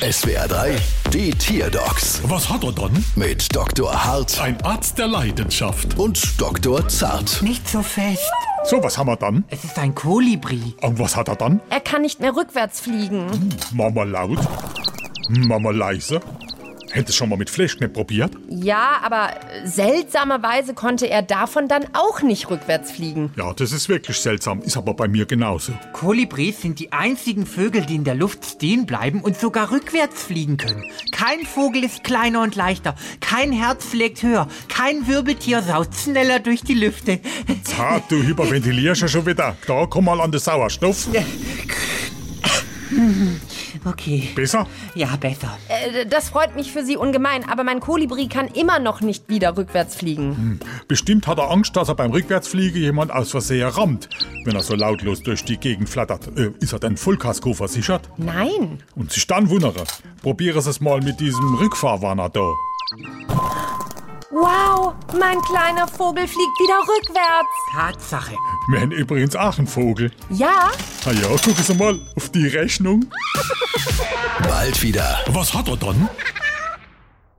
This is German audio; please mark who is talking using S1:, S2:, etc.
S1: SWR 3, die Tierdocs
S2: Was hat er dann?
S1: mit Dr. Hart
S2: Ein Arzt der Leidenschaft.
S1: und Dr. Zart.
S3: Nicht so fest.
S2: So, was haben wir dann?
S3: Es ist ein Kolibri.
S2: Und was hat er dann?
S4: Er kann nicht mehr rückwärts fliegen.
S2: Mama laut, Mama leise. Hätte schon mal mit Fleischknepp probiert?
S4: Ja, aber seltsamerweise konnte er davon dann auch nicht rückwärts fliegen.
S2: Ja, das ist wirklich seltsam. Ist aber bei mir genauso.
S3: Kolibris sind die einzigen Vögel, die in der Luft stehen bleiben und sogar rückwärts fliegen können. Kein Vogel ist kleiner und leichter. Kein Herz schlägt höher. Kein Wirbeltier saust schneller durch die Lüfte.
S2: Zart, du hyperventilierst ja schon wieder. Da komm mal an den Sauerstoff.
S3: Okay.
S2: Besser?
S3: Ja, besser.
S4: Äh, das freut mich für Sie ungemein, aber mein Kolibri kann immer noch nicht wieder rückwärts fliegen.
S2: Bestimmt hat er Angst, dass er beim Rückwärtsfliegen jemand aus Versehen rammt, wenn er so lautlos durch die Gegend flattert. Äh, ist er denn Vollkasko versichert?
S4: Nein.
S2: Und sich dann wundere. Probiere es mal mit diesem Rückfahrwarner da.
S4: Wow, mein kleiner Vogel fliegt wieder rückwärts.
S3: Tatsache.
S2: Wir haben übrigens auch einen Vogel.
S4: Ja,
S2: Na ja, gucken Sie mal auf die Rechnung.
S1: Bald wieder.
S2: Was hat er dann?